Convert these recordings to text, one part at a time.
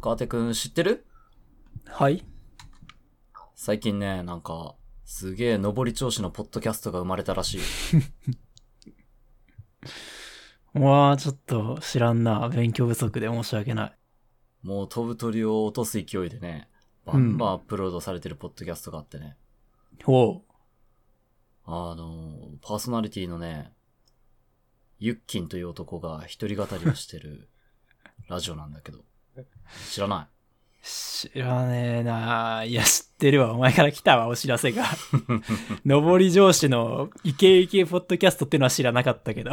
川手くん知ってるはい最近ね、なんか、すげえ上り調子のポッドキャストが生まれたらしい。うわあ、ちょっと知らんな。勉強不足で申し訳ない。もう飛ぶ鳥を落とす勢いでね、バンバンアップロードされてるポッドキャストがあってね。ほあの、パーソナリティのね、ユッキンという男が一人語りをしてるラジオなんだけど。知らなう。知らねえなあ。いや、知ってるわ。お前から来たわ、お知らせが。 上り上司のイケイケポッドキャストってのは知らなかったけど。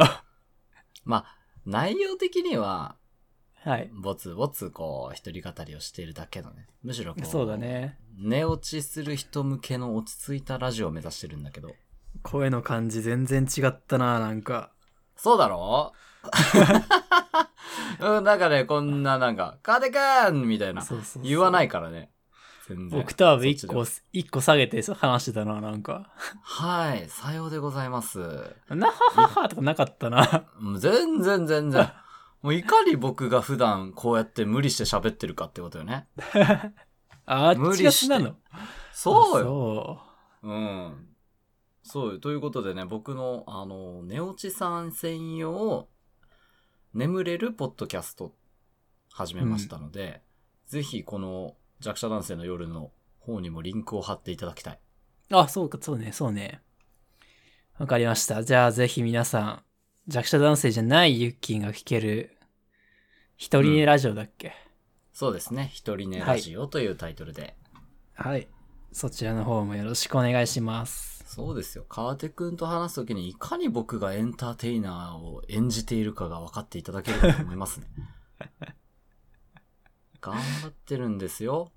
い まあ、内容的には、はい。ぼつぼつこう、一人語りをしているだけのね。むしろこう、そうだ。ね。寝落ちする人向けの落ち着いたラジオを目指してるんだけど。声の感じ全然違ったな、なんか。そうだろ うん、なんかね、こんななんか、カーデカーンみたいな、そうそうそう言わないからね。全然。オクターブ1そ個っち、一個下げて話してたな、なんか。で もはい、さようでございます。なはははとかなかったな。もう全然全然。もういかに僕が普段こうやって無理して喋ってるかってことよね。あっ無ち理がして素なの。そうよ。よ。うん。そうよ。ということでね、僕の、あの、寝落ちさん専用、眠れるポッドキャスト、始めましたので、ぜひ、この、弱者男性の夜の方にもリンクを貼っていただきたい。あ、そうか、そうね、そうね。わかりました。じゃあ、ぜひ皆さん、弱者男性じゃないユッキーが聞ける、一人寝ラジオだっけ、そうですね。一人寝ラジオというタイトルで。はい。そちらの方もよろしくお願いします。そうですよ。川手くんと話すときに、いかに僕がエンターテイナーを演じているかが分かっていただけると思いますね。頑張ってるんですよ。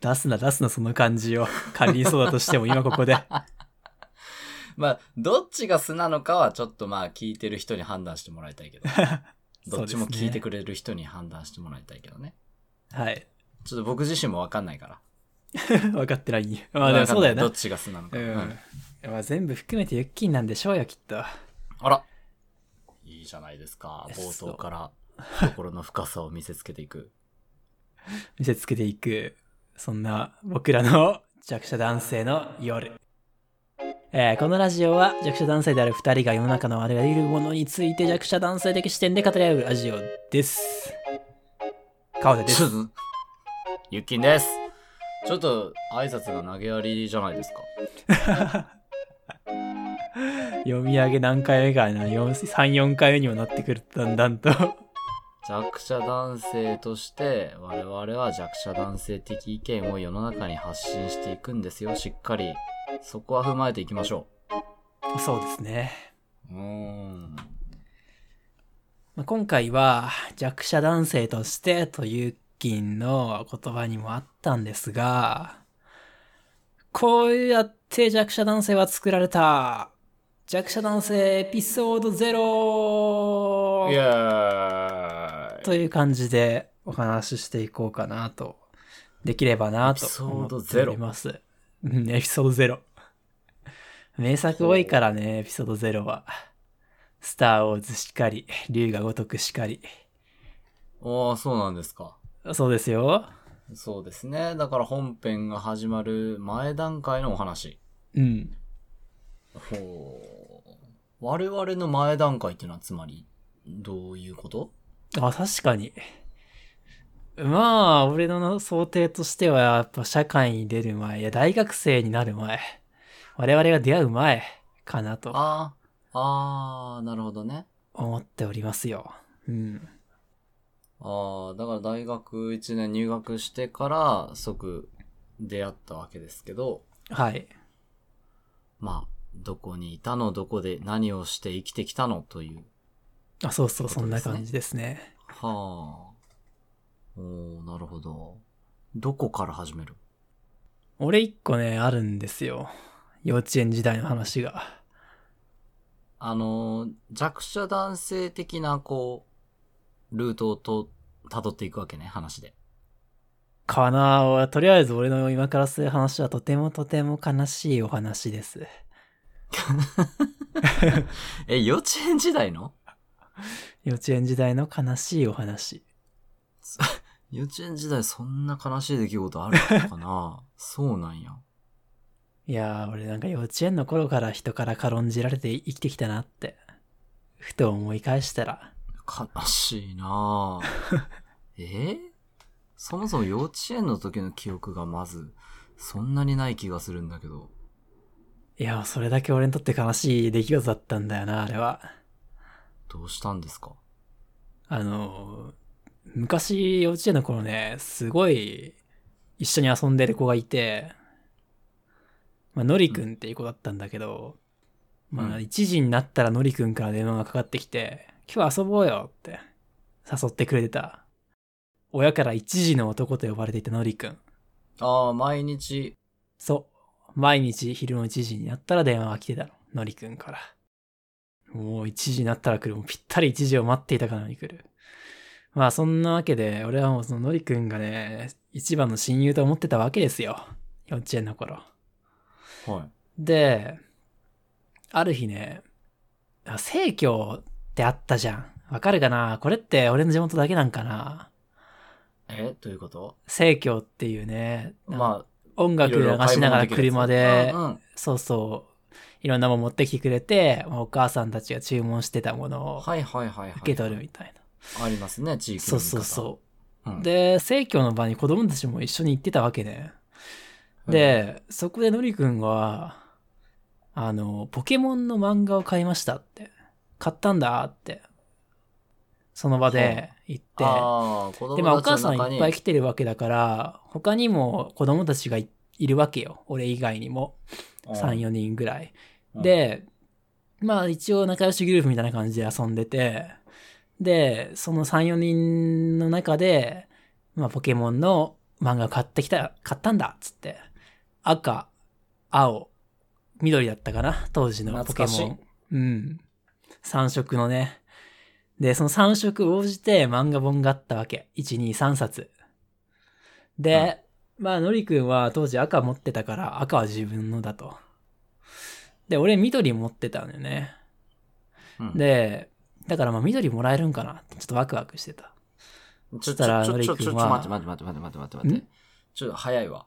出すな、出すな、その感じを。仮にそうだと しても、今ここで。 まあ、どっちが素なのかはちょっとまあ聞いてる人に判断してもらいたいけど、 どっちも聞いてくくれる人に判断してもらいたいけどね。はい。ちょっと僕自身もわかんないから。 分かってないんや。まあ、でもそうだわかんなよいどなっ。ちが素なのか。ううんん。まあ、全部含めてユッキーなんでしょうよ、きっと。あらいいじゃないですか。冒そう頭から心の深さを見せつけていく。見せつけていく、そんな僕らの 弱者男性の夜。えーこのラジオは弱者男性である2人が世の中のあらゆるものについて弱者男性的視点で語り合うラジオです。川田でちょすっ。とゆっきんです。ちょっと挨拶が投げやりじゃないですか。読み上げ何回目かな、4 3、4回目にもなってくるとだんだんと。弱者男性として我々は弱者男性的意見を世の中に発信していくんですよしっかりそこは踏まえていきましょそうですね。ううーんまあ、今回は弱者男性としてという金の言葉にもあったんですが、こうやって弱者男性は作られた。弱者男性エピソードイ 0! エーイという感じでお話ししていこうかなと、できればなとエピソ思ードっております。うん、エピソード0。名作多いからね、エピソード0は。スター・ウォーズしかり、竜が如くしかり。ああそうなんですかそうですよ。そうですねだから本編が始まる前段階のお話うん。ほう我々の前段階っていうのはつまりどういうことあ、確かに。まあ、俺の想定としては、やっぱ社会に出る前、いや、大学生になる前、我々が出会う前かなとああああなるほどね思っておりますよ。うん。ああ、だから大学1年入学してから即出会ったわけですけど、はい。まあ、どこにいたの、どこで何をして生きてきたのという。あ、そうそう、そんなそうですね感じですね。はあ。おーなるほど。どこから始める俺一個ね、あるんですよ。幼稚園時代の話が。あのー、弱者男性的な、こう、ルートをと、辿っていくわけね、話で。かなあとりあえず俺の今からする話はとてもとても悲しいお話です。え、幼稚園時代の幼稚園時代の悲しいお話。幼稚園時代そんな悲しい出来事あるのかな そうなんや。いやー、俺なんか幼稚園の頃から人から軽んじられて生きてきたなって、ふと思い返したら、悲しいなぁえーそもそも幼稚園の時の記憶がまず、そんなにない気がするんだけど。いやー、それだけ俺にとって悲しい出来事だったんだよな、あれは。どうしたんですかあのー、昔幼稚園の頃ね、すごい一緒に遊んでる子がいて、まあ、のりくんっていう子だったんだけど、まうあ、ん1時になったらのりくんから電話がかかってきて、今日遊ぼうよって誘ってくれてた。親から1時の男と呼ばれていたのりくん。ああ、毎日。そう。毎日昼の1時になったら電話が来てたの。のりくんから。もう1時になったら来る。もうぴったり1時を待っていたかのように来る。まあそんなわけで、俺はもうそののりくんがね、一番の親友と思ってたわけですよ。幼稚園の頃。は。で、ある日ね、あ生協ってあったじゃん。わかるかなこれって俺の地元だけなんかないえどういうこと生協っていうね、まあ、音あ、楽流しながら車で、うんうんそうそう。いろんなもん持ってきてくれて、まあお母さんたちが注文してたものを受はいはいはい、はい。け取るみたいな。ありますね、地域そうそうそうう。ん。で、生協の場に子供たちも一緒に行ってたわけね。で、そこでのりくんが、あの、ポケモンの漫画を買いましたって。買ったんだって。その場で言って。ああ、子供で、まあおた母ちさのん中にいっぱい来てるわけだから、他にも子供たちがいいるわけよ。俺以外にも。3、4人ぐらい。うん、で、まあ一応仲良しグループみたいな感じで遊んでて、で、その3、4人の中で、まあポケモンの漫画買ってきた、買ったんだっつって、赤、青、緑だったかな当時のポケモ懐かン。うん。3色のね。で、その3色応じて漫画本があったわけ。1、2、3冊。で、まあ、のりくんは当時赤持ってたから、赤は自分のだと。で、俺緑持ってたんだよね。うん、で、だからまあ緑もらえるんかなってちょっとワクワクしてた。ちょ、しちたらょ、ちょ、ちょ、のりちょ、君ちょは待って待って待って待って待って待ってん。ちょっと早いわ。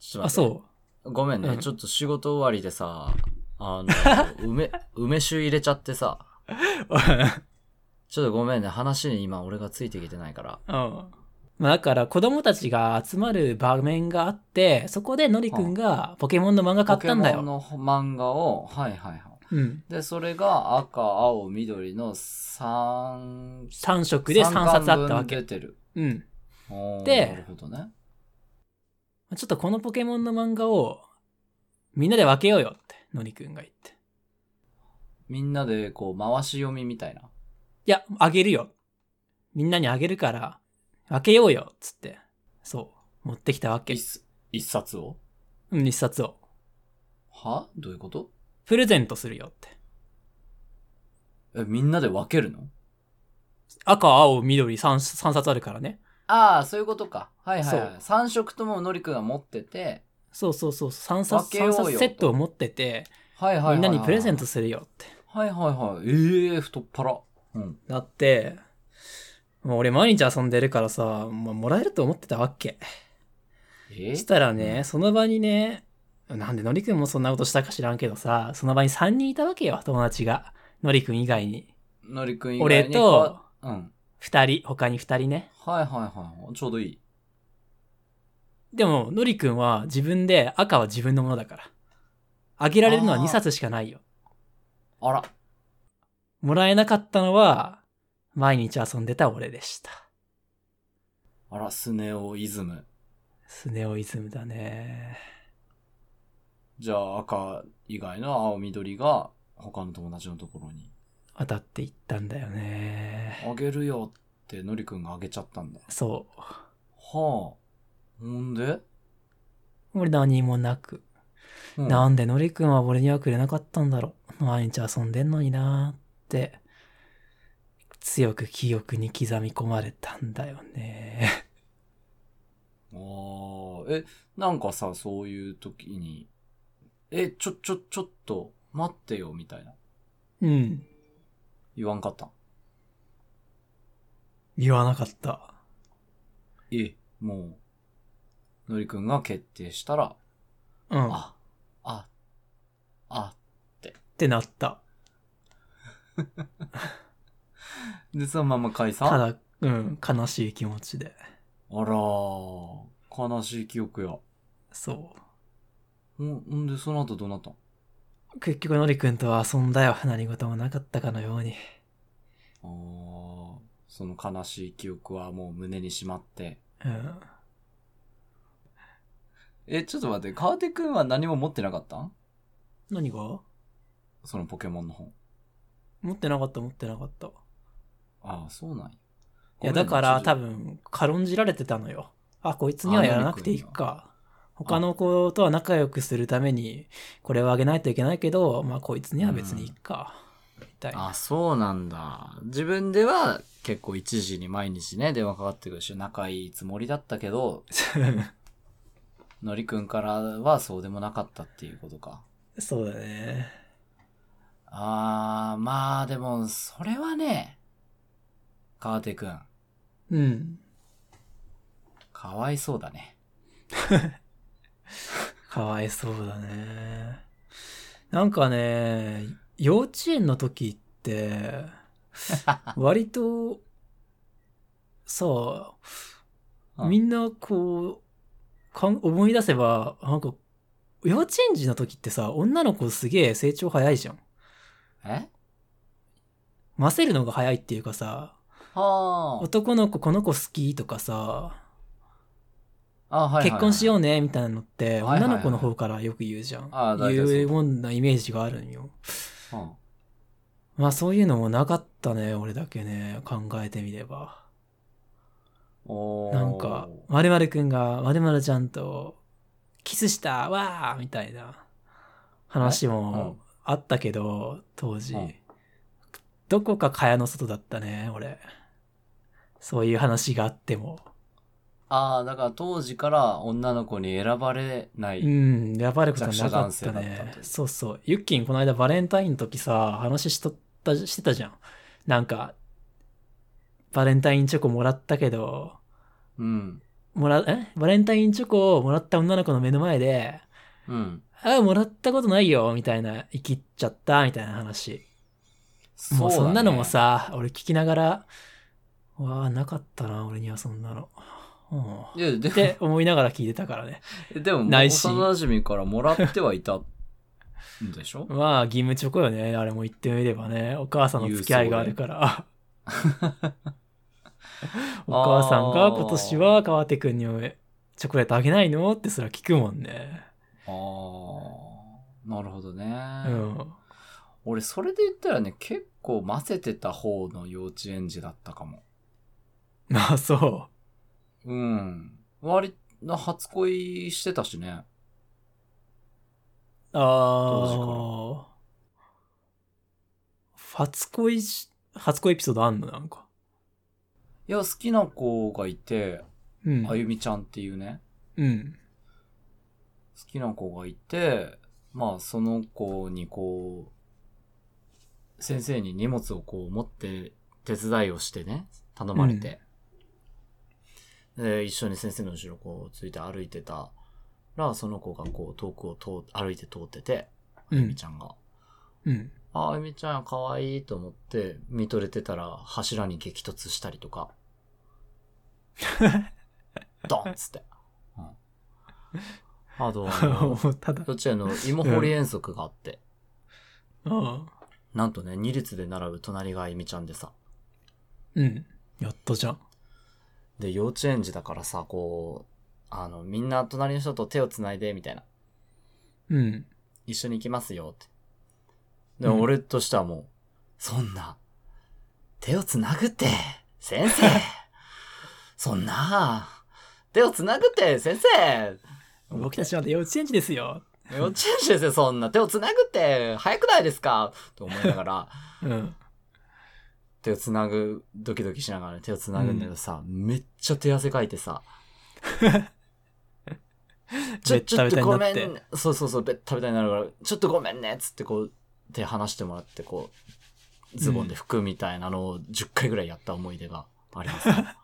ちょっと待って。あ、そう。ごめんね、うんちょっと仕事終わりでさ、あの、 梅、梅酒入れちゃってさ、 ちょっとごめんね、話に今俺がついてきてないから。うん。まあだから子供たちが集まる場面があって、そこでのりくんがポケモンの漫画買ったんポだケモよ。ンの漫画を、はいはいはい。うん。で、それが赤、青、緑の3、 3色で3冊あった三わ巻分出け。てる。うん。おーでなるほどね。ちょっとこのポケモンの漫画をみんなで分けようよって、のりくんが言って。みんなでこう、回し読みみたいな。いや、あげるよ。みんなにあげるから、分けようよ、つって。そう。持ってきたわけ。一一冊をうん、一冊を。はどういうことプレゼントするよって。え、みんなで分けるの赤、青、緑3、三冊あるからね。ああ、そういうことか。はいはい、はいそ。 3色とものりくんが持ってて、そうそうそう、3冊、分けよう三よ冊セットを持ってて、はいはいはいはい、みんなにプレゼントするよって。はいはいはい。ええ太っ腹。うん。なって、もう俺毎日遊んでるからさ、もうもらえると思ってたわけ。えしたらね、その場にね、なんでのりくんもそんなことしたか知らんけどさ、その場に3人いたわけよ、友達が。のりくん以外に。のりくん以外俺にと、か、うん。 2人、他に2人ね。はいはいはい。ちょうどいい。でも、のりくんは自分で、赤は自分のものだから。あげられるのは2冊しかないよ。あら。もらえなかったのは、毎日遊んでた俺でした。あら、スネオイズム。スネオイズムだね。じゃあ、赤以外の青緑が、他の友達のところに、渡っていったんだよね。あげるよって、のりくんがあげちゃったんだ。そはあ。ほんで、う。俺何もなく。うんなんでのりくんは俺にはくれなかったんだろう。毎日遊んでんのになーって、強く記憶に刻み込まれたんだよね。あーえ、なんかさ、そういう時に、え、ちょ、ちょ、ちょっと、待ってよ、みたいな。うん。言わんかった。言わなかった。え、もう、のりくんが決定したら、うん。っあ、あ、あ、てなった。で、そのまま解散たあらだ、うん、悲しい気持ちで。ー、悲しい記憶や。そほんほんで、その後どうなったんう。結局、のりくんとは遊んだよ。何事もなかったかのように。あーその悲しい記憶はもう胸にしまって。うん。え、ちょっと待って、川手くんは何も持ってなかったん何がそのポケモンの本。持ってなかった、持ってなかった。いああ、そうなんや。や、だから多分。分、軽んじられてたのよ。あ、こいつにはあやらなくていいのりくんか。他の子とは仲良くするために、これをあげないといけないけど、まあ、こいつには別にいいか。みたいな。あ、そうなんだ。自分では結構一時に毎日ね、電話かかってくるし、仲いいつもりだったけ ど、のりくんからはそうでもなかったっていうことか。そうだね。ああ、まあでも、それはね、川手くん、うん。かわいそうだね。かわいそうだね。なんかね、幼稚園の時って、 割と、さあ、うんみんなこう、かん思い出せば、なんか、幼稚園児の時ってさ、女の子すげえ成長早いじゃん。えませるのが早いっていうかさ、はー男の子この子好きとかさ、あ。はいはいはい結婚しようねみたいなのって、はいはいはい女の子の方からよく言うじゃん。ああ大体そう言うもんなイメージがあるんよ。うんまあそういうのもなかったね、俺だけね、考えてみれば。おーなんか、〇〇くんが〇〇ちゃんとキスしたわーみたいな話もあったけど、当時うん。どこか蚊帳の外だったね、俺。そういう話があっても。ああ、だから当時から女の子に選ばれない。うん、やばいことはなか弱者った男性だったねと。いうそうそう。ユッキン、この間バレンタインの時さ、話しとった、してたじゃん。なんか、バレンタインチョコもらったけど、うん。もら、えバレンタインチョコをもらった女の子の目の前で、うん。あ、もらったことないよ、みたいな、生きっちゃった、みたいな話。もうだねそんなのも。さ、俺聞きながら、うわあ、なかったな、俺にはそんなの。ういや、でん、って思いながら聞いてたからね。も、でも、ない幼し馴染からもらってはいたんでし ょまあ、義務チョコよね。あれも言ってみればね。お母さんの付き合いがあるから。お母さんが今年は川手くんにチョコレートあげないのってすら聞くもんね。ああ、なるほどね。うん。俺、それで言ったらね、結構混ぜてた方の幼稚園児だったかも。まあ、そうん。割と初恋してたしね。う。ああ。初恋し、初恋エピソードあんのなんか。いや、好きな子がいて、うん。あゆみちゃんっていうね、うん。好きな子がいて、まあ、その子にこう、先生に荷物をこう持って手伝いをしてね、頼まれて。で、一緒に先生の後ろこうついて歩いてたら、その子がこう遠くを通、歩いて通ってて、あうんゆみちゃんが。うん。ああゆみちゃん可愛いと思って見とれてたら柱に激突したりと か。ドンっつって。うん、あ とあの、ただ。幼稚園の芋掘り遠足があって、うん。なんとね、2列で並ぶ隣があゆみちゃんでさ。うん。やっとじゃん。で、幼稚園児だからさ、こう、あの、みんな隣の人と手をつないで、みたいな。うん。一緒に行きますよって。で、うん俺としてはもう、そんな、手をつなぐって、先生そんな、手をつなぐって、先生僕たちまだ幼稚園児ですよ。幼稚園児ですよ、そんな。手をつなぐって、早くないですかと思いながら、うん。手をつなぐ、ドキドキしながらね手をつなぐんだけどさ、めっちゃ手汗かいて さ、ちょ、ちょっとごめベッタベタにん。そうそうそう、べったべたになるから、ちょっとごめんねっつってこう、手離してもらって、こう、ズボンで拭くみたいなのを10回ぐらいやった思い出がありますね、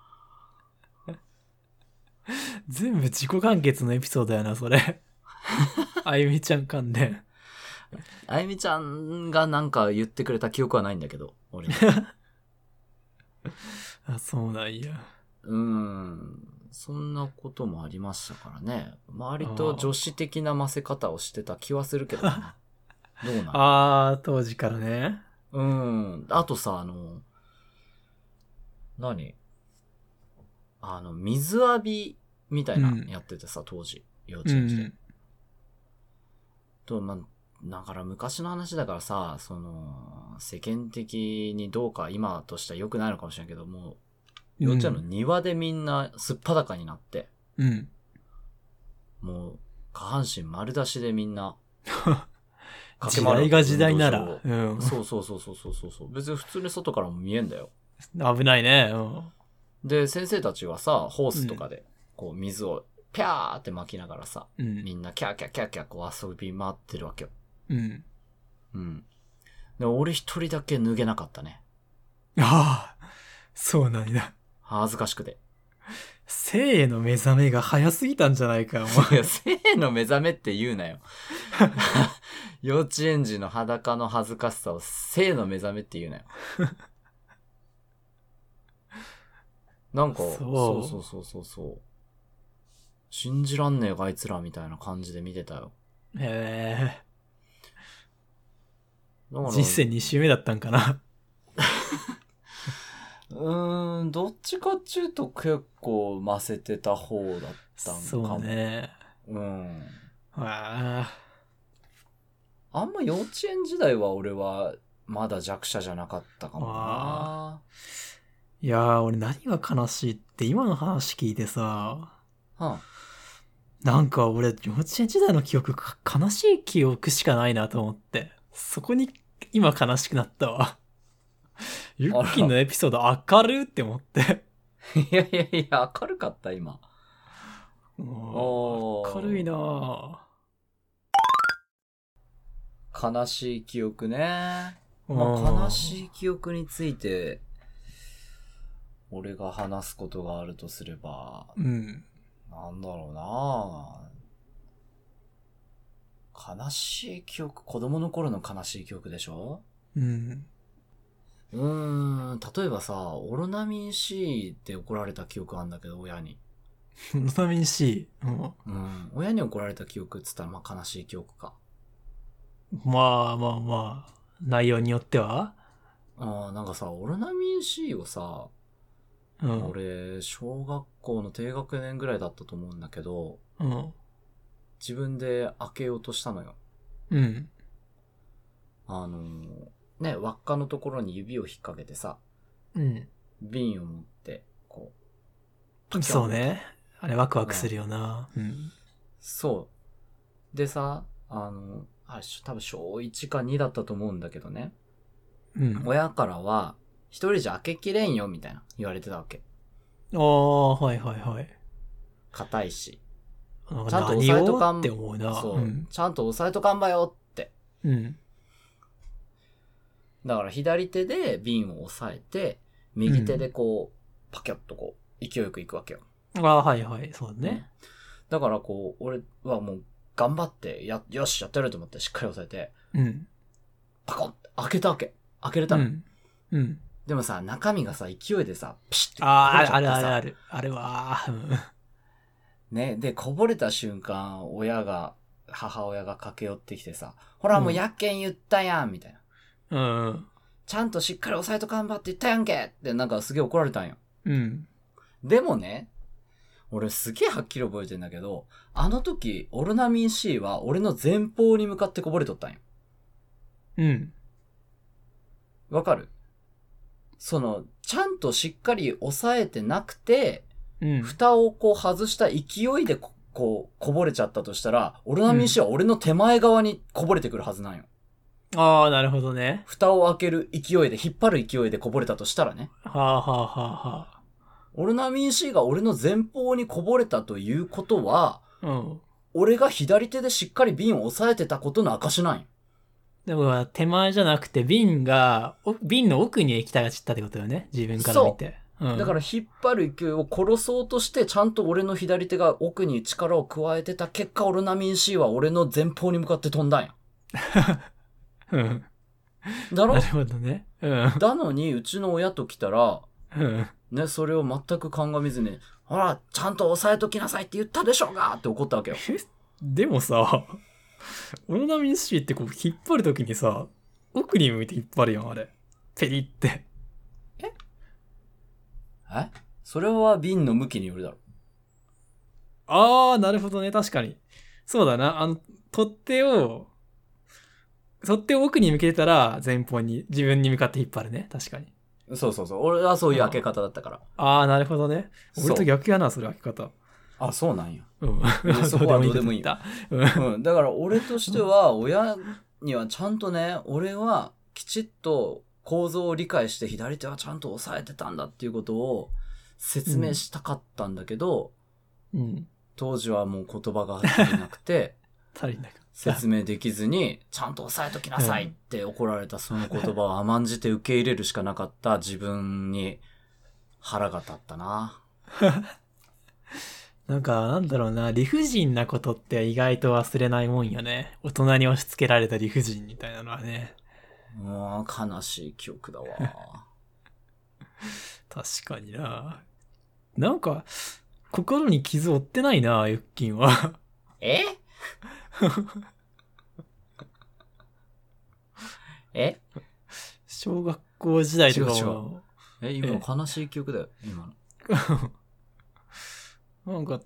全部自己完結のエピソードやな、それ。 あゆみちゃん関連。あゆみちゃんがなんか言ってくれた記憶はないんだけど、俺に。 あ、そうなんや。うーん。そんなこともありましたからね。割と女子的なませ方をしてた気はするけどな。どうなんあー、当時からね。うん。あとさ、あの、何あの、水浴びみたいなのやっててさ、当時、幼稚う園児で。ん。と、まあ、だから昔の話だからさ、その、世間的にどうか今としては良くないのかもしれんけど、もう、幼稚園の庭でみんなすっぱだかになって、うん。もう、下半身丸出しでみん な、時代が時代な運動ら場。うん。そうそうそうそうそうそう。別に普通に外からも見えんだよ。危ないね。うんで、先生たちはさ、ホースとかで、こう、水を、ぴゃーって巻きながらさ、うみん。んなキャーキャーキャーキャーこう遊び回ってるわけよ。うん。うん。で、俺一人だけ脱げなかったね。ああ、そうなんだ。恥ずかしくて。生への目覚めが早すぎたんじゃないか、お前。 いや、性の目覚めって言うなよ。 幼稚園児の裸の恥ずかしさを性の目覚めって言うな よ。なんか、そうそうそうそうそうそう。信じらんねえがあいつらみたいな感じで見てたよ。へだからえ。人生2周目だったんかな。うーん、どっちかっちゅうと結構ませてた方だったんかも。そうね。うん。わあ。あんま幼稚園時代は俺はまだ弱者じゃなかったかもな。いやー、俺何が悲しいって今の話聞いてさ、はなんか俺幼稚園時代の記憶か悲しい記憶しかないなと思って、そこに今悲しくなっ たわ。ゆっきーのエピソード明るって思って。あ、いやいやいや、明るかった今。もうおー明るいなぁ。悲しい記憶ね。まあ、うん悲しい記憶について、俺が話すことがあるとすれば、うん。なんだろうな悲しい記憶、子供の頃の悲しい記憶でしょうん。うーん、例えばさ、オロナミン C って怒られた記憶あんだけど、親に。オロナミン C。うんうん、親に怒られた記憶っつったら、まあ悲しい記憶か。まあまあまあ。内容によってはああ、なんかさ、オロナミン C をさ、うん。俺、小学校の低学年ぐらいだったと思うんだけど、うん。自分で開けようとしたのよ。うん。あのーね、輪っかのところに指を引っ掛けてさ、うん。瓶を持って、こう、そうね。あれワクワクするよな。うん。そう。でさ、あの、あれ、多分小1か2だったと思うんだけどね。うん。親からは、一人じゃ開けきれんよ、みたいな言われてたわけ。ああ、はいはいはい。硬いし。なんちゃんかと押さ何えとかをんって思うな。そうう。ん。ちゃんと押さえとかんばよって。うん。だから左手で瓶を押さえて、右手でこう、パキャッとこう、勢いよくいくわけよ。ああ、はいはい。そうね。だからこう、俺はもう、頑張って、や、よし、やってやると思ってしっかり押さえて、うん。パコンって開けたわけ。開けれうたの。ん。うん。でもさ、中身がさ、勢いでさ、ピシッてああ、れあちるゃあってるさあるある。あれは。うんね、で、こぼれた瞬間、親が、母親が駆け寄ってきてさ、ほらもうやっけん言ったやんみたいな。うん。ちゃんとしっかり押さえと頑張って言ったやんけってなんかすげえ怒られたんよ。うん。でもね、俺すげえはっきり覚えてんだけど、あの時、オルナミン C は俺の前方に向かってこぼれとったんよ。うん。わかるその、ちゃんとしっかり押さえてなくて、うん。蓋をこう外した勢いでここう、こぼれちゃったとしたら、オルナミン C は俺の手前側にこぼれてくるはずなんよ。ああ、なるほどね。蓋を開ける勢いで、引っ張る勢いでこぼれたとしたらね。はあはあはあはオルナミン C が俺の前方にこぼれたということは、あ。うん。俺が左手でしっかり瓶を押さえてたことの証なんよ。でも、手前じゃなくて、瓶が、お瓶の奥に液体が散ったってことよね。自分から見て。ううんだから、引っ張る勢いを殺そうとして、ちゃんと俺の左手が奥に力を加えてた結果、オルナミン C は俺の前方に向かって飛んだんや。うん。だ なろるほどね。うん。だのに、うちの親と来たら、うん。ね、それを全く鑑みずに、ほら、ちゃんと押さえときなさいって言ったでしょうがって怒ったわけよ。でもさ、オロナミン C ってこう引っ張るときにさ、奥に向いて引っ張るやん、あれ。ペリって。えそれは瓶の向きによるだろ。あー、なるほどね、確かに。そうだな、あの、取っ手を、取っ手を奥に向けてたら、前方に、自分に向かって引っ張るね、確かに。そうそうそう。俺はそういう開け方だったから。あー、なるほどね。俺そとう逆やな、それ開き方。あ、そうなんや。うん や。そこはどうでもいいよどうでもいいこと言った。うん。だから俺としては、親にはちゃんとね、俺はきちっと構造を理解して左手はちゃんと押さえてたんだっていうことを説明したかったんだけど、うん。うん。当時はもう言葉が足りなくて、足りなかった。説明できずに、 ちゃんと押さえときなさいって怒られたその言葉を甘んじて受け入れるしかなかった自分に腹が立ったな。なんか、なんだろうな、理不尽なことって意外と忘れないもんよね。大人に押し付けられた理不尽みたいなのはね。もう悲しい記憶 だわ。確かにな。なんか、心に傷負ってないな、ユッキンは。 え え小学校時代とか違うも。え、今の悲しい記憶だよ、今の。なんか、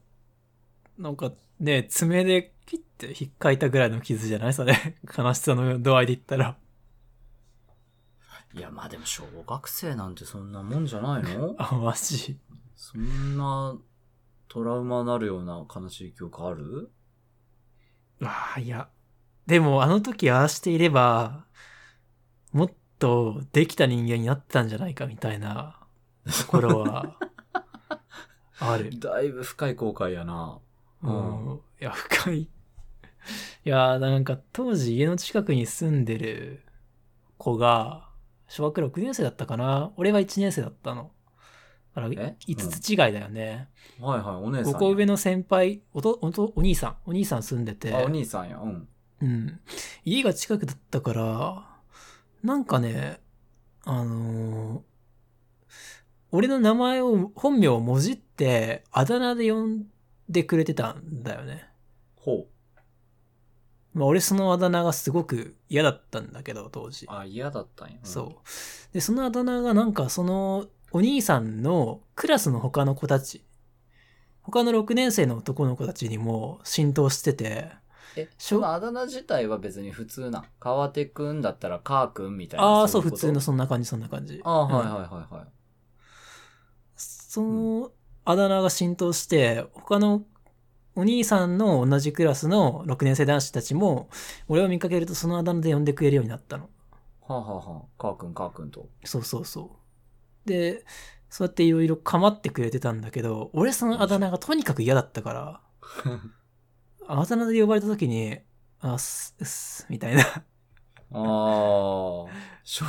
なんかね、爪でピッて引っかいたぐらいの傷じゃないそれ。 悲しさの度合いで言ったら。いや、まあでも小学生なんてそんなもんじゃないのあ、マジ。そんなトラウマなるような悲しい記憶あるわあ、いや。でも、あの時ああしていれば、もっとできた人間になってたんじゃないかみたいなところは、あ る。だいぶ深い後悔やな。うん。いや、深い。いや、なんか当時家の近くに住んでる子が、小学6年生だったかな俺は1年生だったの。だから5えつ違いだよね。はいはい、お姉さん5や。個上の先輩おとおと、お兄さん、お兄さん住んでて。あ、お兄さんや。うん。うん。家が近くだったから、なんかね、あのー俺の名前を、本名をもじって、あだ名で呼んでくれてたんだよね。ほう。まあ俺そのあだ名がすごく嫌だったんだけど、当時。あ、嫌だったんや。んそう。で、そのあだ名がなんかそのお兄さんのクラスの他の子たち、他の6年生の男の子たちにも浸透してて、え、しょそのあだ名自体は別に普通なん。川手くんだったら、かーくんみたいな。ああ、そ、いう普こと通のそんな感じ、そんな感じ。ああ、うんはいはいはいはい。そのあだ名が浸透して、他のお兄さんの同じクラスの6年生男子たちも、俺を見かけるとそのあだ名で呼んでくれるようになったの。はあ、はあはあ、かーくんかーくん と。そうそうそう。で、そうやっていろいろ構ってくれてたんだけど、俺そのあだ名がとにかく嫌だったから、あだ名で呼ばれた時に、あ、す、す、みたいな。ああ、小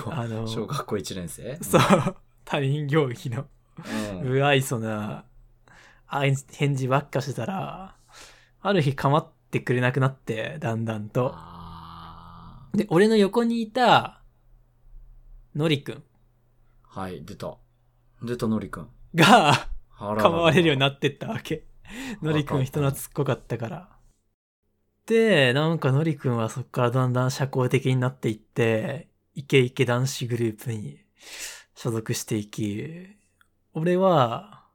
あの小学校1年生そう、 他人行儀の。 うん。無愛想なあい返事ばっかしてたらある日構ってくれなくなってだんだんとあで俺の横にいたのりくんーはい、出た。出た、のりくん。があららら構われるようになってったわけのりくん人懐っこかったからでなんかのりくんはそっからだんだん社交的になっていってイケイケ男子グループに所属していき俺は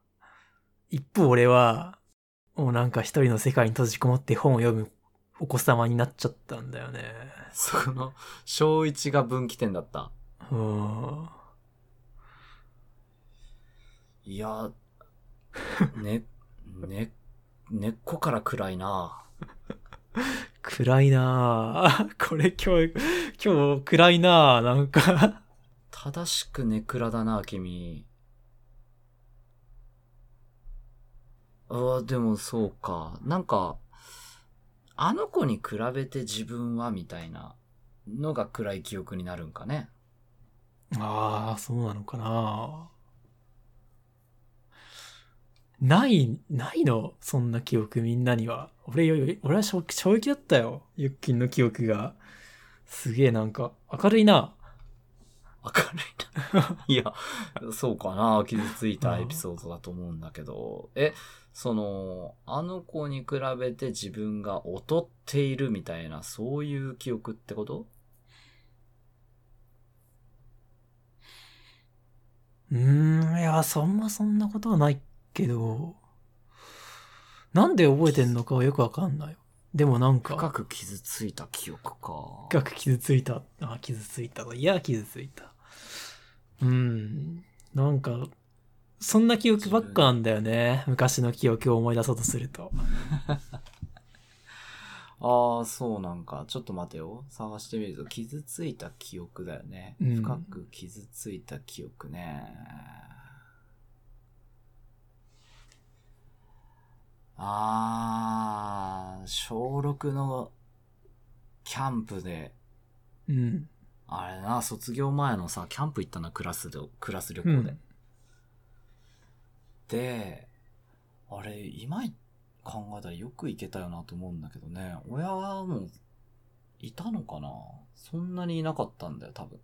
一方俺はもうなんか一人の世界に閉じこもって本を読むお子様になっちゃったんだよねその、小1が分岐点だった。うんいや、ね、ね、根っこから暗いな。暗いなあ これ今日今日暗いなあなんか正しくネクラだな、君。ああ、でもそうか。なんか、あの子に比べて自分はみたいなのが暗い記憶になるんかね。ああ、そうなのかな。ない、ないのそんな記憶みんなには。俺より、俺は衝衝撃だったよ。ユッキンの記憶が。すげえなんか、明るいな。明るいな。いや、そうかな。傷ついたエピソードだと思うんだけど。え、その、あの子に比べて自分が劣っているみたいな、そういう記憶ってことうーん、いや、そんな、そんなことはないけど、なんで覚えてんのかはよくわかんない。でもなんか、深く傷ついた記憶か。深く傷ついた。あ、傷ついた。いや、傷ついた。うん。なんか、そんな記憶ばっかなんだよね。昔の記憶を思い出そうとすると。ああ、そうなんか。ちょっと待てよ。探してみると、傷ついた記憶だよね。うん深く傷ついた記憶ね。ああ、小6のキャンプで、うん。あれな、卒業前のさ、キャンプ行ったな、クラスで、クラス旅行うで。ん。で、あれ、今考えたらよく行けたよなと思うんだけどね、親はもう、いたのかなそんなにいなかったんだよ、多分。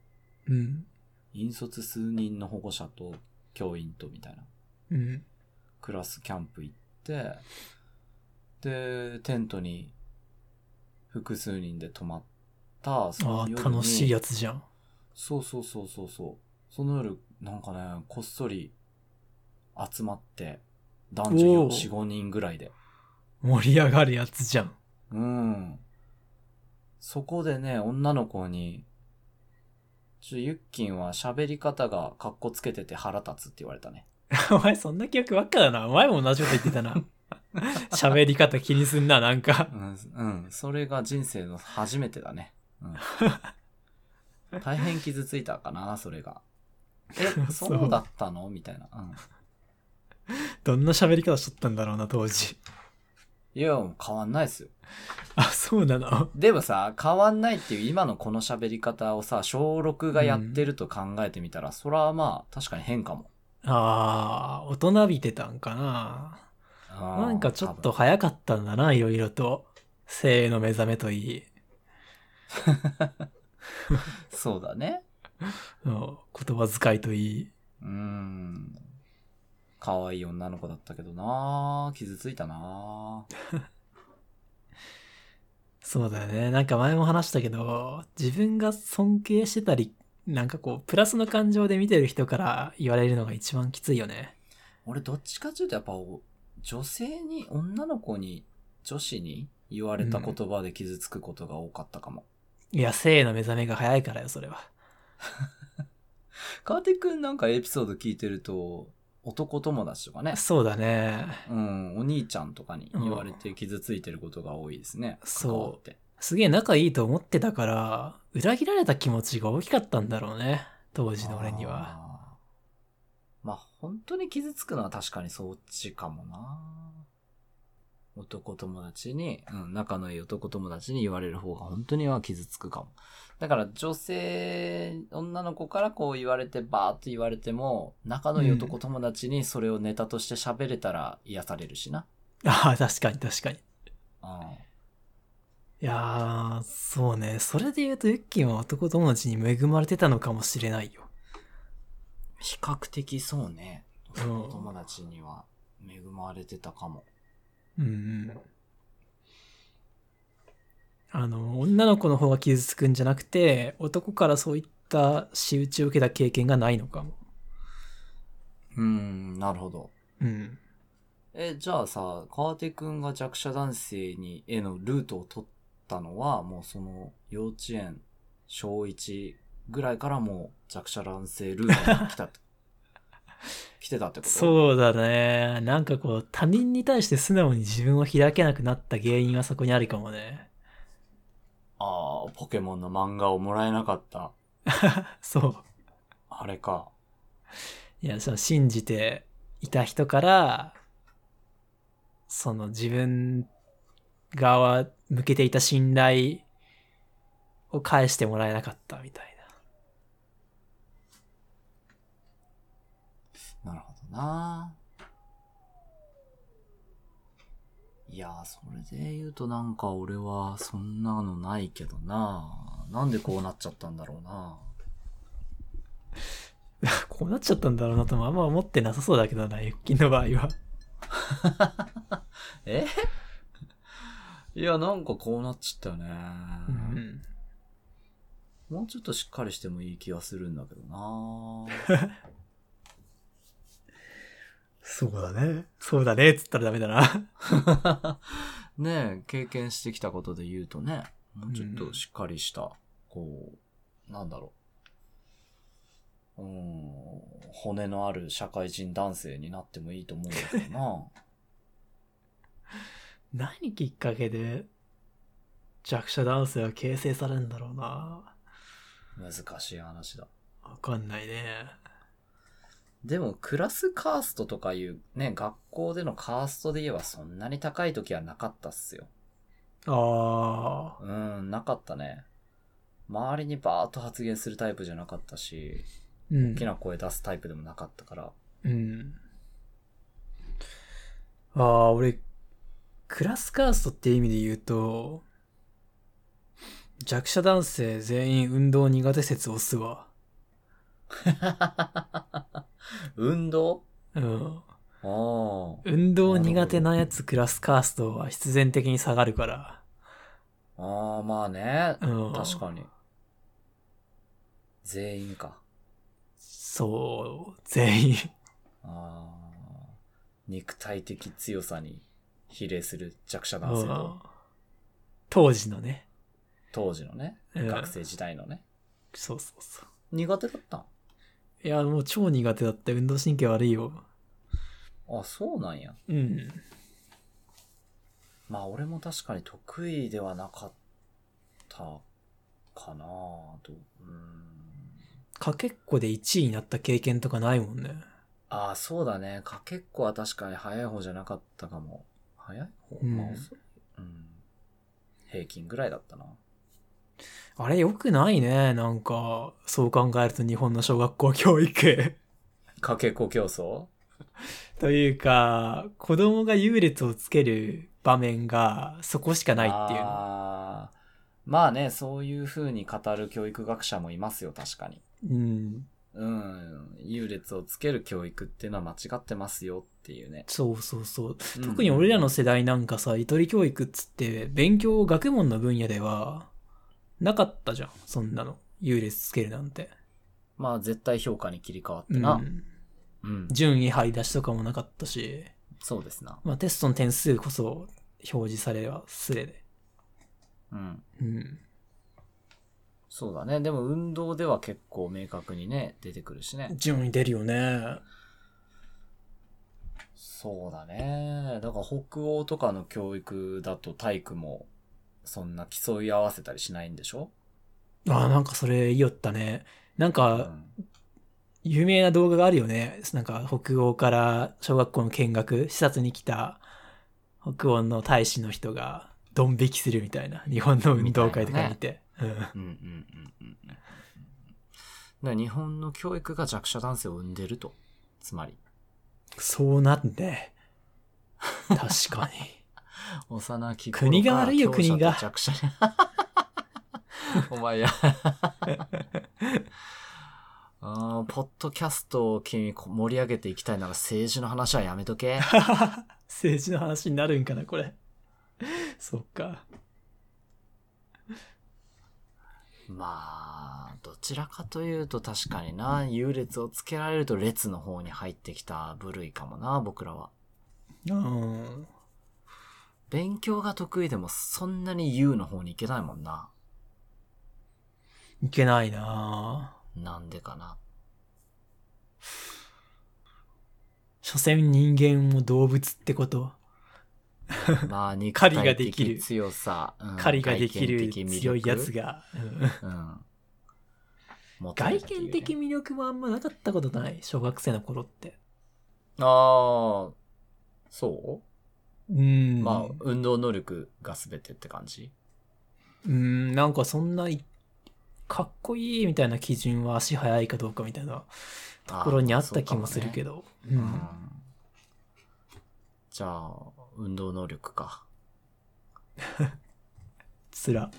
うん。引率数人の保護者と教員とみたいな。うん。クラスキャンプ行って、で、テントに複数人で泊まった、そのあ夜あ、に楽しいやつじゃん。そうそうそうそうそう。その夜、なんかね、こっそり集まって、男女お4、ー5人ぐらいで。盛り上がるやつじゃん。 うん。そこでね、女の子に、ちょ、ゆっきんは喋り方がカッコつけてて腹立つって言われたね。お前そんな記憶ばっかだな。お前も同じこと言ってたな。 喋り方気にすんな、なんかう。ん、うん、それが人生の初めてだね。 うん。大変傷ついたかな、それが。え、そうそうだったのみたいな。うん。どんな喋り方しとったんだろうな、当時。いや、変わんないですよ。あ、そうなの。でもさ、変わんないっていう今のこの喋り方をさ、小6がやってると考えてみたら、そらまあ、確かに変かも。ああ、大人びてたんかな。あーなんかちょっ多と分早かったんだな、いろいろと。性の目覚めといい。そうだね。うん言葉遣いといい。うーん。可愛い女の子だったけどな傷ついたなそうだよね。なんか前も話したけど、自分が尊敬してたり、なんかこう、プラスの感情で見てる人から言われるのが一番きついよね。俺どっちかっていうとやっぱお女性に、女の子に、女子に言われた言葉で傷つくことが多かったかも。いや、性の目覚めが早いからよ、それは。カーティ君なんかエピソード聞いてると、男友達とかね。そうだね。うん、お兄ちゃんとかに言われて傷ついてることが多いですね。そう関わって。すげえ仲いいと思ってたから、裏切られた気持ちが大きかったんだろうね。当時の俺には。あー。まあ、本当に傷つくのは確かにそっちかもな。男友達に、うん、仲のいい男友達に言われる方が本当には傷つくかも。だから女性、女の子からこう言われて、バーっと言われても、仲のいい男友達にそれをネタとして喋れたら癒されるしな。ああ、 確かに確かに。うん。いやー、そうね。それで言うと、ユッキーは男友達に恵まれてたのかもしれないよ。比較的そうね。うん友達には恵まれてたかも。うんうん。あの、女の子の方が傷つくんじゃなくて、男からそういった仕打ちを受けた経験がないのかも。うん、なるほど。うん。え、じゃあさ、川手くんが弱者男性に、へのルートを取ったのは、もうその、幼稚園、小1ぐらいからもう弱者男性ルートに来た と。来てたってことう。そうだね。なんかこう、他人に対して素直に自分を開けなくなった原因はそこにあるかもね。ああ、ポケモンの漫画をもらえなかった。そう。あれか。いや、その信じていた人から、その自分側向けていた信頼を返してもらえなかったみたいなるほどな。いやー、それで言うとなんか俺はそんなのないけどな。なんでこうなっちゃったんだろうな。こうなっちゃったんだろうなともあんま思ってなさそうだけどな、ユッキーの場合は。え いや、なんかこうなっちゃったよね。うん。もうちょっとしっかりしてもいい気がするんだけどな。そうだね。そうだね、っつったらダメだな。 ねえ、経験してきたことで言うとね、もうちょっとしっかりした、こう、なんだろう。うーん、骨のある社会人男性になってもいいと思うんだけどな。何きっかけで弱者男性は形成されるんだろうな。 難しい話だ。わかんないね。でも、クラスカーストとかいうね、学校でのカーストで言えばそんなに高い時はなかったっすよ。ああ。うん、なかったね。周りにバーっと発言するタイプじゃなかったし、うん大きな声出すタイプでもなかったから。うん。ああ、俺、クラスカーストって意味で言うと、弱者男性全員運動苦手説押すわ。 運動うん。ああ。運動苦手なやつクラスカーストは必然的に下がるから。ああ、まあね。うん。確かに。全員か。そう、全員。ああ。肉体的強さに比例する弱者男性うとん。当時のね。当時のね、うん学生時代のね。そうそうそう。苦手だったいや、もう超苦手だった。運動神経悪いよ。あ、そうなんや。うん。まあ俺も確かに得意ではなかったかなと。うん。かけっこで1位になった経験とかないもんね。ああ、そうだね。かけっこは確かに早い方じゃなかったかも。早い方、うんまあ遅いうん。平均ぐらいだったな。あれ良くないね。なんか、そう考えると日本の小学校教育。 かけっこ競争というか、子供が優劣をつける場面がそこしかないっていうの。あーまあね、そういう風に語る教育学者もいますよ、確かに。うん。うん。優劣をつける教育っていうのは間違ってますよっていうね。そうそうそう。うん特に俺らの世代なんかさ、ゆとり教育っつって、勉強学問の分野では、なかったじゃん。そんなの。優劣つけるなんて。まあ絶対評価に切り替わってうな。ん。うん。順位張り出しとかもなかったし、そうですな。まあテストの点数こそ表示されればすれで。うん。うん。そうだね。でも運動では結構明確にね、出てくるしね。順位出るよね。そうだね。だから北欧とかの教育だと体育もそんな競い合わせたりしないんでしょああ、なんかそれいいよったね。なんうか、ん。有名な動画があるよね。なんか、北欧から小学校の見学、視察に来た北欧の大使の人が、ドン引きするみたいな。日本の運動会とか見て。うんうんうんうんうん。だから日本の教育が弱者男性を生んでると。つまり、そうなんで。確かに。 幼き国が悪いよ頃から国強者がと弱者に。 お前や。 あーポッドキャストを君盛り上げていきたいなら政治の話はやめとけ。政治の話になるんかな、これ。そっか。まあ、どちらかというと確かにな、優劣をつけられると列の方に入ってきた部類かもな、僕らは。うん。勉強が得意でもそんなに優の方に行けないもんな。いけないなぁなんでか な。所詮人間も動物ってこと。まあ、肉狩りが体できる的強さ、うん狩りができる外見的魅力強いやつが。うんうん。持ってる外っていうね見的魅力もあんまなかったことない小学生の頃ってああ、そううんまあ、運動能力が全てって感じうんなんかそんないかっこいいみたいな基準は足速いかどうかみたいなとところにあった気もするけどう,、うんじゃあ、運動能力か。つら。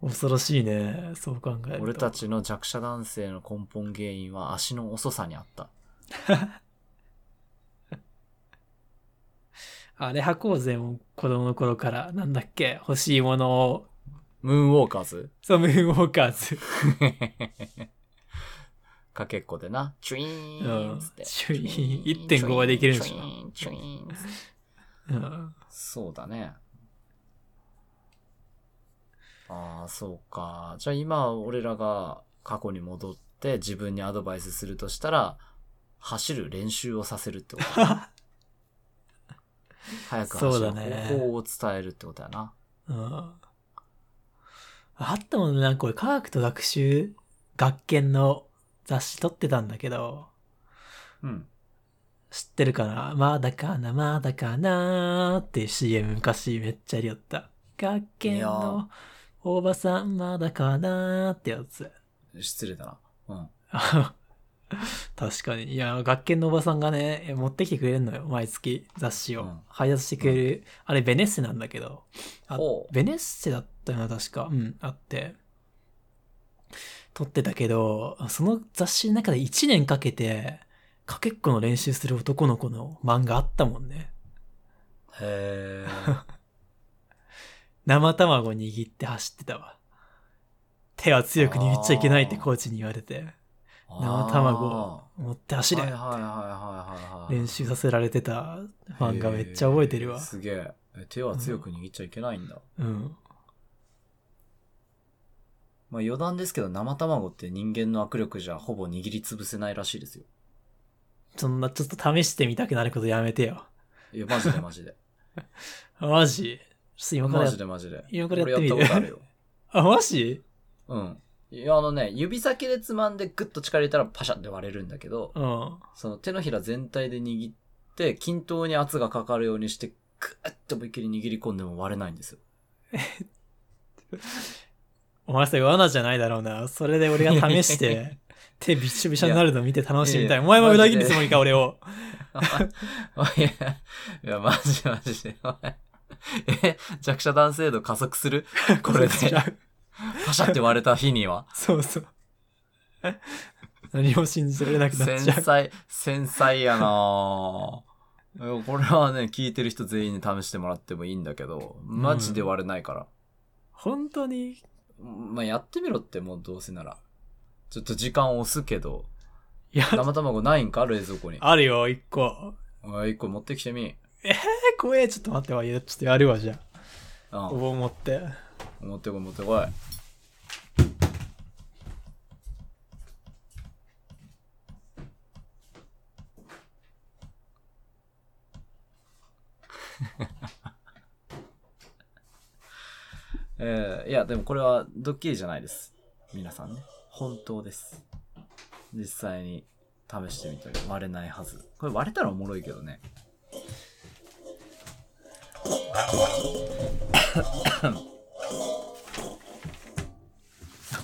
恐ろしいね。そう考えると。俺た。ちの弱者男性の根本原因は足の遅さにあった。あれ履こうぜ、もう子供の頃から。なんだっけ欲しいものを。ムーンウォーカーズそう、ムーンウォーカー ズ。 かけっこでな。チュイーンっつって。うんチュイーン1.5倍でいけるんでしチュょイーン、チュイーンっつって。うん。そうだね。ああ、そうか。じゃあ今、俺らが過去に戻って自分にアドバイスするとしたら、走る練習をさせるってことだ ね早く走る方法を伝えるってことやな。うんあったもんね、なんか俺科学と学習学研の雑誌撮ってたんだけど、うん。知ってるかなまだかなまだかなーっていう CM 昔めっちゃやりよった。学研いやーのおばさんまだかなーってやつ。失礼だな。うん。あ確かに。いや、学研のおばさんがね、え持ってきてくれるのよ。毎月雑誌を。うん配達してくれる。あれ、ベネッセなんだけど。あほうベネッセだったよな、確か。うん、あって。撮ってたけど、その雑誌の中で1年かけて、かけっこの練習する男の子の漫画あったもんね。 へ生卵握って走ってたわ。手は強く握っちゃいけないってコーチに言われて、ー生卵を持って走れはいはいはいはいはいはい。練習させられてた漫画めっちゃ覚えてへるわー。すげえ。え手は強く握っちゃいけないんだ。うん。まあ余談ですけど、生卵って人間の握力じゃほぼ握りつぶせないらしいですよ。そんなちょっと試してみたくなることやめてよ。いや、マ ジでマジで。マジちょっと今からマやジでマジで。今からやってみる俺やったことあるよ。あ、マジうん。いや、あのね、指先でつまんでグッと力入れたらパシャって割れるんだけど、うん。その手のひら全体で握って、均等に圧がかかるようにして、グーッと思いっきり握り込んでも割れないんですよ。 お前それ罠じゃないだろうな。それで俺が試して、手びっしょびしょになるの見て楽しみたいやい。お前も裏切マジるつでもりか、俺を。いや、いや、マジマジで、 お前え、弱者男性度加速 するこれ違で、うパシャって割れた日には。そうそう。何も信じられなくなっ繊ちゃう。細、繊細やなぁ。いやこれはね、聞いてる人全員に試してもらってもいいんだけど、マジで割れないから。本当に、まあ、やってみろって、もうどうせなら。ちょっと時間押すけど、いや、生卵ないんか冷蔵 庫に。あるよ、一個。おい、一個持ってきてみ。え、怖え、ちょっと待ってわ。いや、ちょっとやるわ、じゃあ。うん。お盆持って。持ってこい持って こい。えーいやでもこれはドッキリじゃないです皆さんね本当です実際に試してみたら割れないはずこれ割れたらおもろいけどね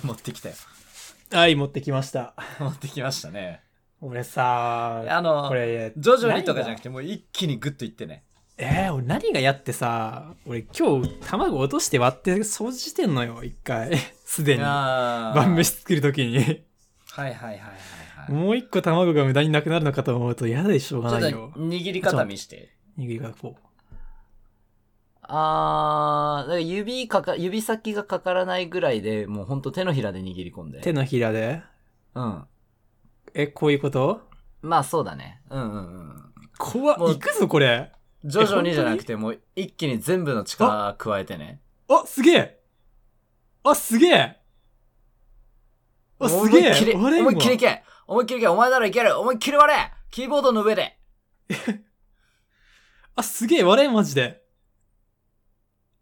持ってきたよはい、持ってきました。持ってきましたね俺さあのこれ、徐々にとかじゃなくて。てもう一気にグッといってねえー、俺何がやってさ、俺今日卵落として割って掃除してんのよ、一回。 すでに。あー晩飯作るときに。はいはいはいはいはいもう一個卵が無駄になくなるのかと思うと嫌でしょうがないちょっよと。握り方見して握りがこう。あーだから指かか指先がかからないぐらいでもうほんと手のひらで握り込んで手のひらで。うんえ、こういうことまあそうだねうんうんうん怖もっ。ういくぞ、これ。徐々にじゃなくてもう一気に全部の力加えてねあ、すげえあ、すげえあ、す思げいっきりえ割れ思んわいっきりいけ思いっきりいけお前ならいける思いっきり割れキーボードの上であ、すげえ割れん、マジで。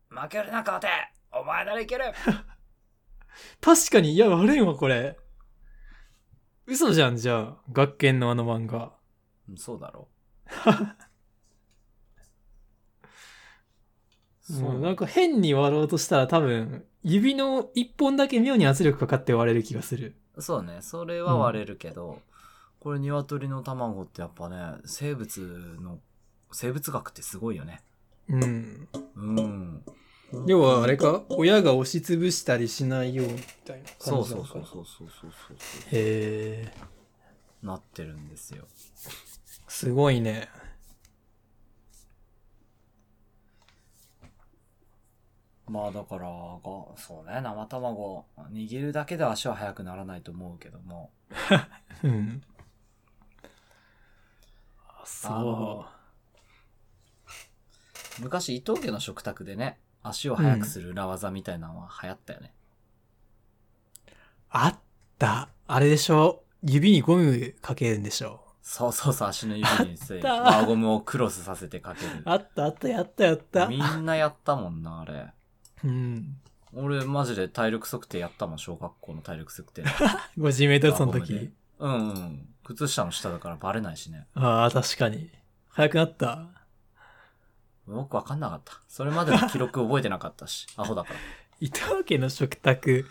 負けるな勝てお前ならいける確かに、いや、割れんわ、これ。嘘じゃん、じゃあ。学研のあの漫画。うんそうだろう。 もうなんか変に割ろうとしたら多分、指の一本だけ妙に圧力かかって割れる気がする。そうね、それは割れるけど、これ鶏の卵ってやっぱね、生物の、生物学ってすごいよね。うん。うん。要はあれか親が押しつぶしたりしないようみたいな感じなそのうかそうそうそうそうそうそうそへえう。なってるんですよ。すごいねまあだから、ごそうね、生卵、握るだけでは足は速くならないと思うけども。うんあそ昔、伊藤家の食卓でね、足を速くする裏技みたいなのは流行ったよね。うあったあれでしょ指にゴムかけるんでしょそうそうそう、足の指にせた輪ゴムをクロスさせてかけある。ったあったやったやったみんなやったもんな、あれ。うん俺、マジで体力測定やったもん、小学校の体力測定。 50メートル走の輪ゴムで時うんうん。靴下の下だからバレないしね。ああ確かに早くなったよくわかんなかった。それまでの記録覚えてなかったし、 アホだから。伊藤家の食卓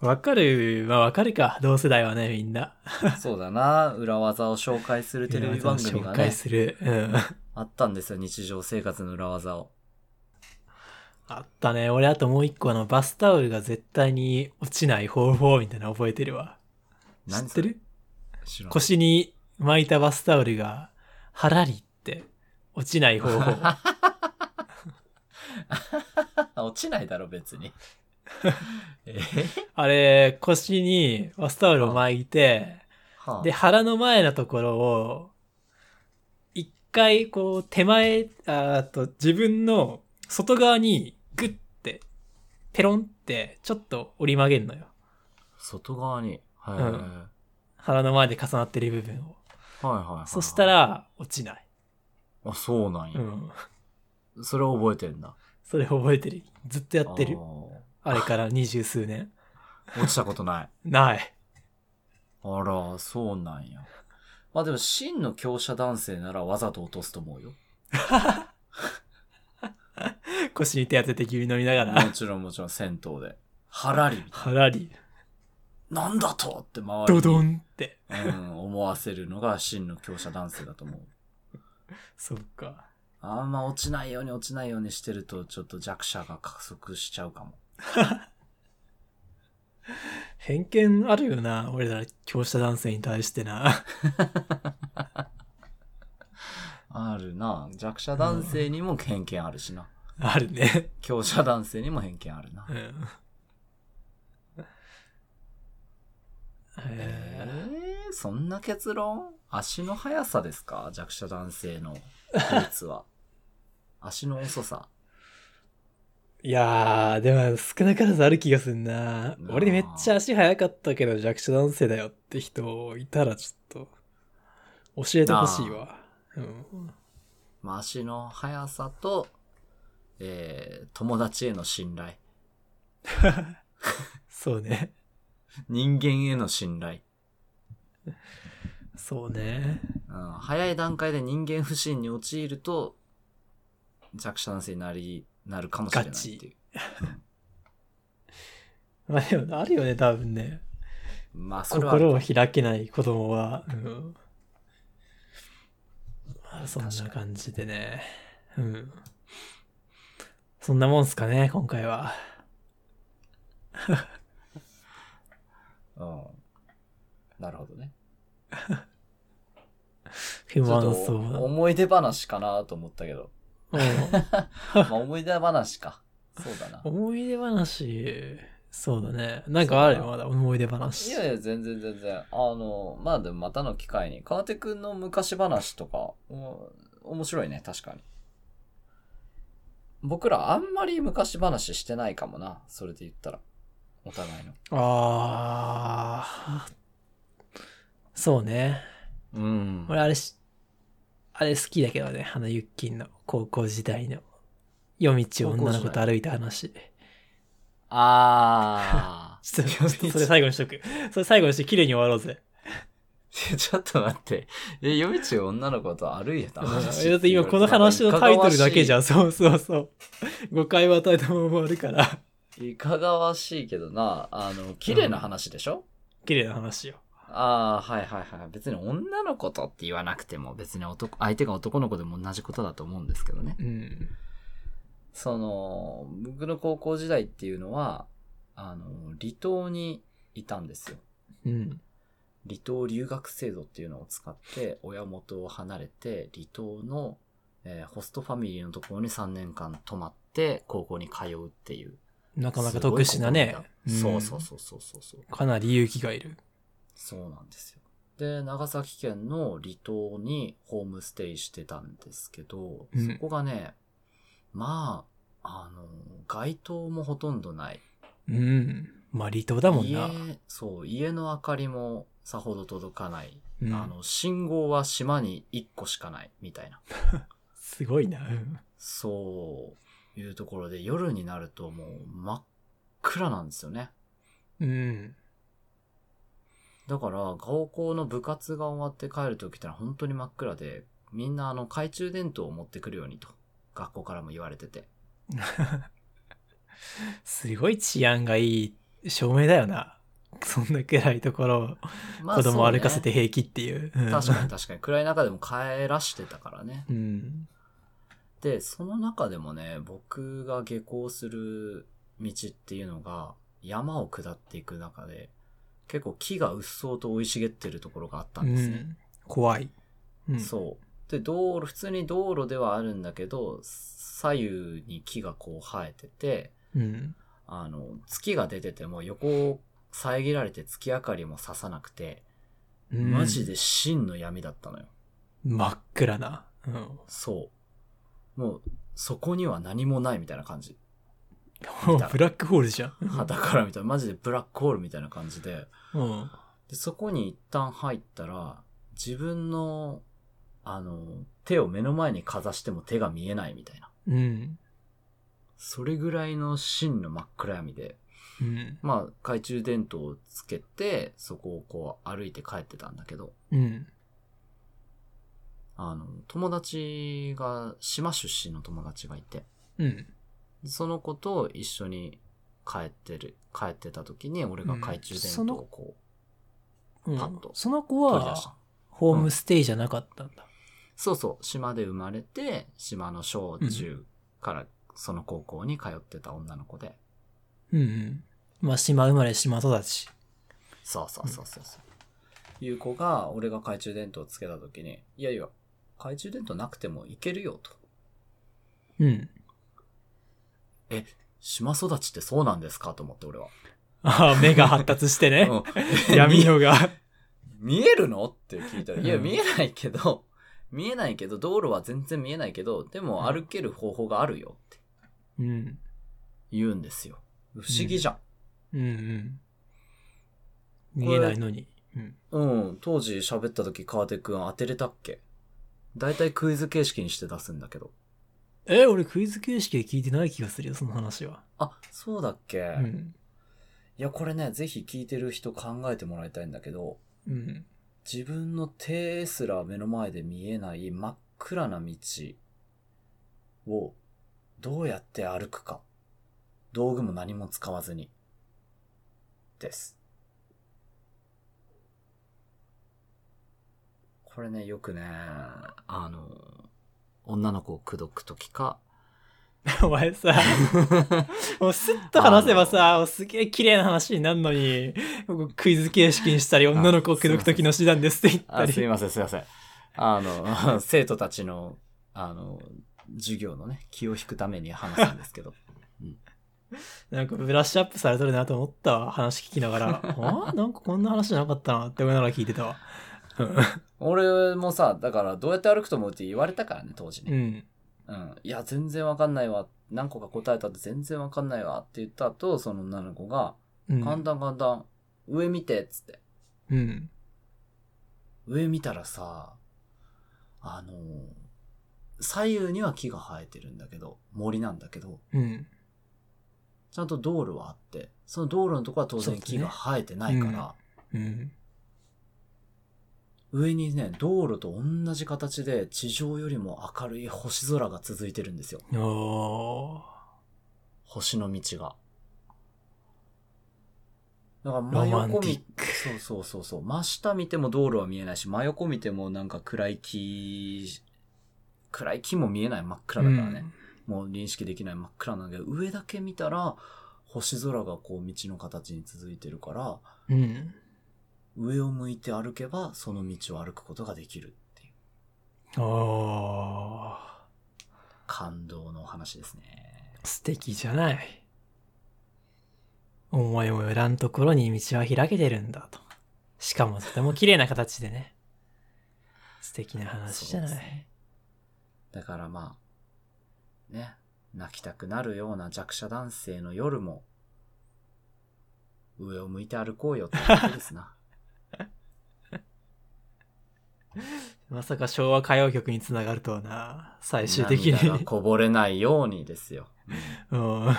わかるまあわかるか同世代はねみんなそうだな、裏技を紹介するテレビ番組が紹ね介、するうんあったんですよ、日常生活の裏技を。あったね。俺あともう一個あのバスタオルが絶対に落ちない方法みたいなの覚えてるわ。知何っそてれる知らん腰に巻いたバスタオルが、はらりって落ちない方 法。 落ちないだろ、別 に。えあれ、腰にバスタオルを巻いて、はあで、腹の前のところを、一回こう手前、あーっと自分の外側にグッて、ペロンってちょっと折り曲げるのよ。外側に。はい、うんはいはい腹の前で重なってる部分を。はいはい。そした。ら落ちない。あ、そうなんうや。ん。それ覚えてんだ。それ覚えてる。ずっとやってるあ。ーあれから二十数年。落ちたことない。ない。あら、そうなんや。まあでも、真の強者男性ならわざと落とすと思うよ。腰に手当てて牛乳飲みながもら、ちろんもちろん銭湯で。はらり、はらり、なんだとって周りドにドンって。うん、思わせるのが真の強者男性だと思う。そっか。あんま落ちないように落ちないようにしてると、ちょっと弱者が加速しちゃうかも。偏見あるよな、俺ら強者男性に対してな。 あるな。弱者男性にも偏見あるしな。あるね。強者男性にも偏見あるなう。ん。ええー、そんな結論足の速さですか弱者男性のルーツは。足の遅さ。ーいやー、でも少なからずある気がすんな。なあ俺めっちゃ足早かったけど弱者男性だよって人いたらちょっと教えてほしいわ。うん。まあ、足の速さと、えー、友達への信頼。そうね。人間への信頼。そうね。うん早い段階で人間不信に陥ると、弱者男性になり、なるかもしれないっていう。まあでもあるよね、多分ね。まあ、それはある心を開けない子供は。うん。まあそんな感じでね。うん。そんなもんすかね、今回は。うん。なるほどね。不ちょ満っそうなと、思い出話かなと思ったけ ど。うんまあ、思い出話か。そうだな。思い出話、そうだね。なんかあるよ、そうまだ思い出い話。やいや、全然全然。あの、まあでもまたの機会に、川手くんの昔話とか、お面白いね、確かに。僕らあんまり昔話してないかもな、それで言ったら。お互いの。あー。そうね。うん俺あれし、あれ好きだけどね、あのユッキンの高校時代の夜道を女の子と歩いた話。 あちょっ夜道と、それ最後にしとく。それ最後にして綺麗に終わろうぜ。ー。ちょっと待って。え、夜道を女の子と歩いてた話 だって今この話のタイトルだけじゃん。ん。そうそうそう。誤解を与えたまま終わるから、いかがわしいけどな、あの、綺麗な話でしょ、綺麗な話よ。ああ、はいはいはい。別に女の子とって言わなくても、別に男、相手が男の子でも同じことだと思うんですけどね。うん。その、僕の高校時代っていうのは、あの、離島にいたんですよ。うん。離島留学制度っていうのを使って、親元を離れて、離島の、えーホストファミリーのところに3年間泊まって、高校に通うっていう。なかなか特殊なね。すごい試みだそうそううんそうそうそうそう。かなり勇気がいる。そうなんですよ。で、長崎県の離島にホームステイしてたんですけど、うんそこがね、まあ、あの、街灯もほとんどない。うん。まあ離島だもんな。家、そう、家の明かりもさほど届かない。うんあの、信号は島に1個しかない、みたいな。すごいな。うんそう、いうところで夜になるともう真っ暗なんですよね。うん。だから、高校の部活が終わって帰るときってのは本当に真っ暗で、みんなあの懐中電灯を持ってくるようにと、学校からも言われてて。すごい治安がいい照明だよな。そんな暗いところをま子供歩かせてそう平気っていう。ね確 かに確かに。暗い中でも帰らしてたからね。に。うん。で、その中でもね、僕が下校する道っていうのが、山を下っていく中で、結構木がうっそうと生い茂ってるところがあったうんですね。ん。怖い。うんそう。で、道路、普通に道路ではあるんだけど、左右に木がこう生えてて、うん。あの、月が出てても横を遮られて月明かりもささなくて、うん。マジで真の闇だったのよ。真っ暗な。うん。そう。もう、そこには何もないみたいな感じ。ブラックホールじゃん。肌から見たらマジでブラックホールみたいな感じで、うん。でそこに一旦入ったら、自分の、あの、手を目の前にかざしても手が見えないみたいな。うん。それぐらいの真の真っ暗闇で、うん。まあ、懐中電灯をつけて、そこをこう歩いて帰ってたんだけど、うん。あの、友達が、島出身の友達がいて、うん。その子と一緒に帰ってる、帰ってた時に俺が懐中そ電の灯をこうんパッとその子う取り出した。は、ホームステイじゃなかったんだ。そうそう、島で生まれて、島の小中からその高校に通ってた女の子で、うんうん。まあ、島生まれ、島育ち。そうそうそうそうそう。いう子が、俺が懐中電灯をつけた時に、いやいや、懐中電灯なくてもいけるよと。うん。島育ちってそうなんですかと思って俺は。ああ、目が発達してね。うん闇夜が。見えるのって聞いたら、いや、うん見えないけど、 見えないけど、道路は全然見えないけど、でも歩ける方法があるよってうん。言うんですよ。不思議じゃん。うんうん。見えないのに。うん。うん、当時喋った時川手くん当てれたっけ大体クイズ形式にして出すんだけど。え、俺クイズ形式で聞いてない気がするよ、その話は。あ、そうだっけ、ういん。や、これね、ぜひ聞いてる人考えてもらいたいんだけど、うん。自分の手すら目の前で見えない真っ暗な道をどうやって歩くか。道具も何も使わずに。です。これね、よくね、あの、女の子を口説くときか、 お前さ、もうスッと話せばさ、すげえ綺麗な話になるのに、クイズ形式にしたり、女の子を口説く時の手段ですって言ったあすいり。ません、すいません。あの、 生徒たちの、あの、授業のね、気を引くために話すんですけど。なんかブラッシュアップされとるなと思ったわ、話聞きながら。あなんかこんな話じゃなかったなって思いながら聞いてたわ。俺もさ、だからどうやって歩くと思うって言われたからね、当時うね。ん。うん。いや、全然わかんないわ。何個か答えたって全然わかんないわって言った後、その女の子が、うん。簡単簡単、上見て、っつって。うん。上見たらさ、あの、左右には木が生えてるんだけど、森なんだけど、うん。ちゃんと道路はあって、その道路のとこは当そう然です木ねが生えてないから、うん。上にね、道路と同じ形で地上よりも明るい星空が続いてるんですよ。おー。星の道が。だから真ロマン横ティッ見、そうそうそうそう。真下見ても道路は見えないし、真横見てもなんか暗い木、暗い木も見えない真っ暗だからね。もう認識できない真っ暗なんだけど、上だけ見たら、星空がこう道の形に続いてるから、うん。上を向いて歩けば、その道を歩くことができるっていうおー。感動のお話ですね。素敵じゃない。思いもよらんところに道は開けてるんだと。しかもとても綺麗な形でね。素敵な話じゃない。そうですねだからまあ、ね、泣きたくなるような弱者男性の夜も、上を向いて歩こうよってことですな。まさか昭和歌謡曲につながるとはな、 最終的に。涙がこぼれないようにですよ。うん うん。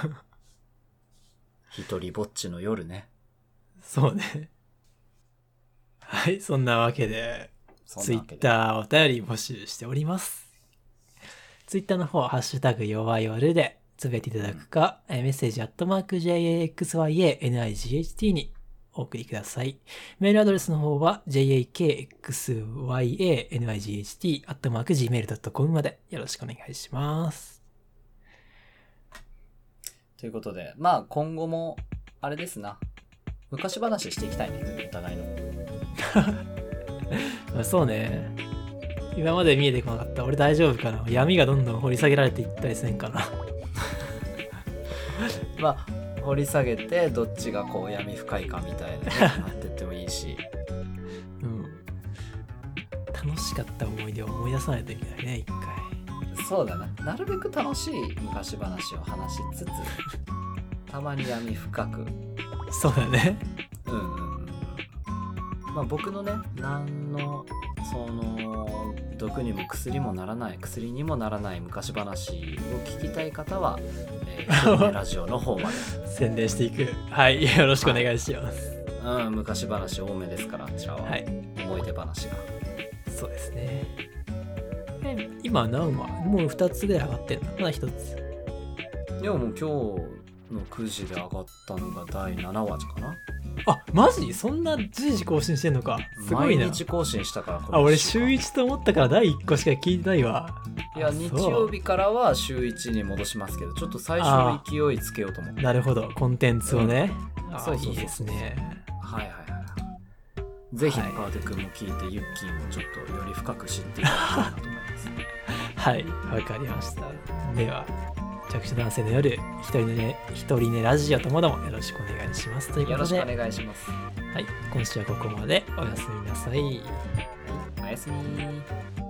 一人ぼっちの夜ね。そうね。はい、そんなわけで、ツイッー。ターお便り募集しております。ツイッターの方、ハッシュタグ弱い夜でつぶやいていただくか、えーメッセージアットマーク JAXYANIGHT にお送りください。メールアドレスの方は JAKXYANIGHT アットマーク Gmail.com までよろしくお願いします。ということで、まあ今後も、あれですな。昔話していきたいね。お互いの。あそうね。今まで見えてこなかった。俺大丈夫かな闇がどんどん掘り下げられていったりせんかな。まあ、掘り下げて、どっちがこう闇深いかみたいな、ね、 なってってもいいし。うん、楽しかった思い出を思い出さないといけないね一回そうだな。なるべく楽しい昔話を話し つつ、たまに闇深く。そうだ ねうんうんうん。まあ僕のね、何の、その、毒にも薬にもならない、薬にもならない昔話を聞きたい方は、え ー、ひとりめラジオの方まで。宣伝していくはいよろしくお願いしますうん、昔話多めですから、あちらは。はい思い出話が。そうですねえ今何話もう2つぐらい上がってんのまだ1つでももう今日の9時で上がったのが第7話かな。あマジそんな随時更新してんのかすごいな毎日更新したからこれあ俺一週週間1と思ったから第1個しか聞いてないわいやあそう日曜日からは週1に戻しますけどちょっと最初勢いつけようと思ってなるほどコンテンツをね、あそうそうそうそういいですねはいはいはいぜひはい川手くんも聞いて、ユッキーもちょっとより深く知っていただきたいなと思い ますはい、わかりました。では、弱者男性の夜、一人ね、一人ねラジオともどもよろしくお願いします。というよころとしくで、お願いしますはい、今週はここまでおやすみなさい。はいおやすみ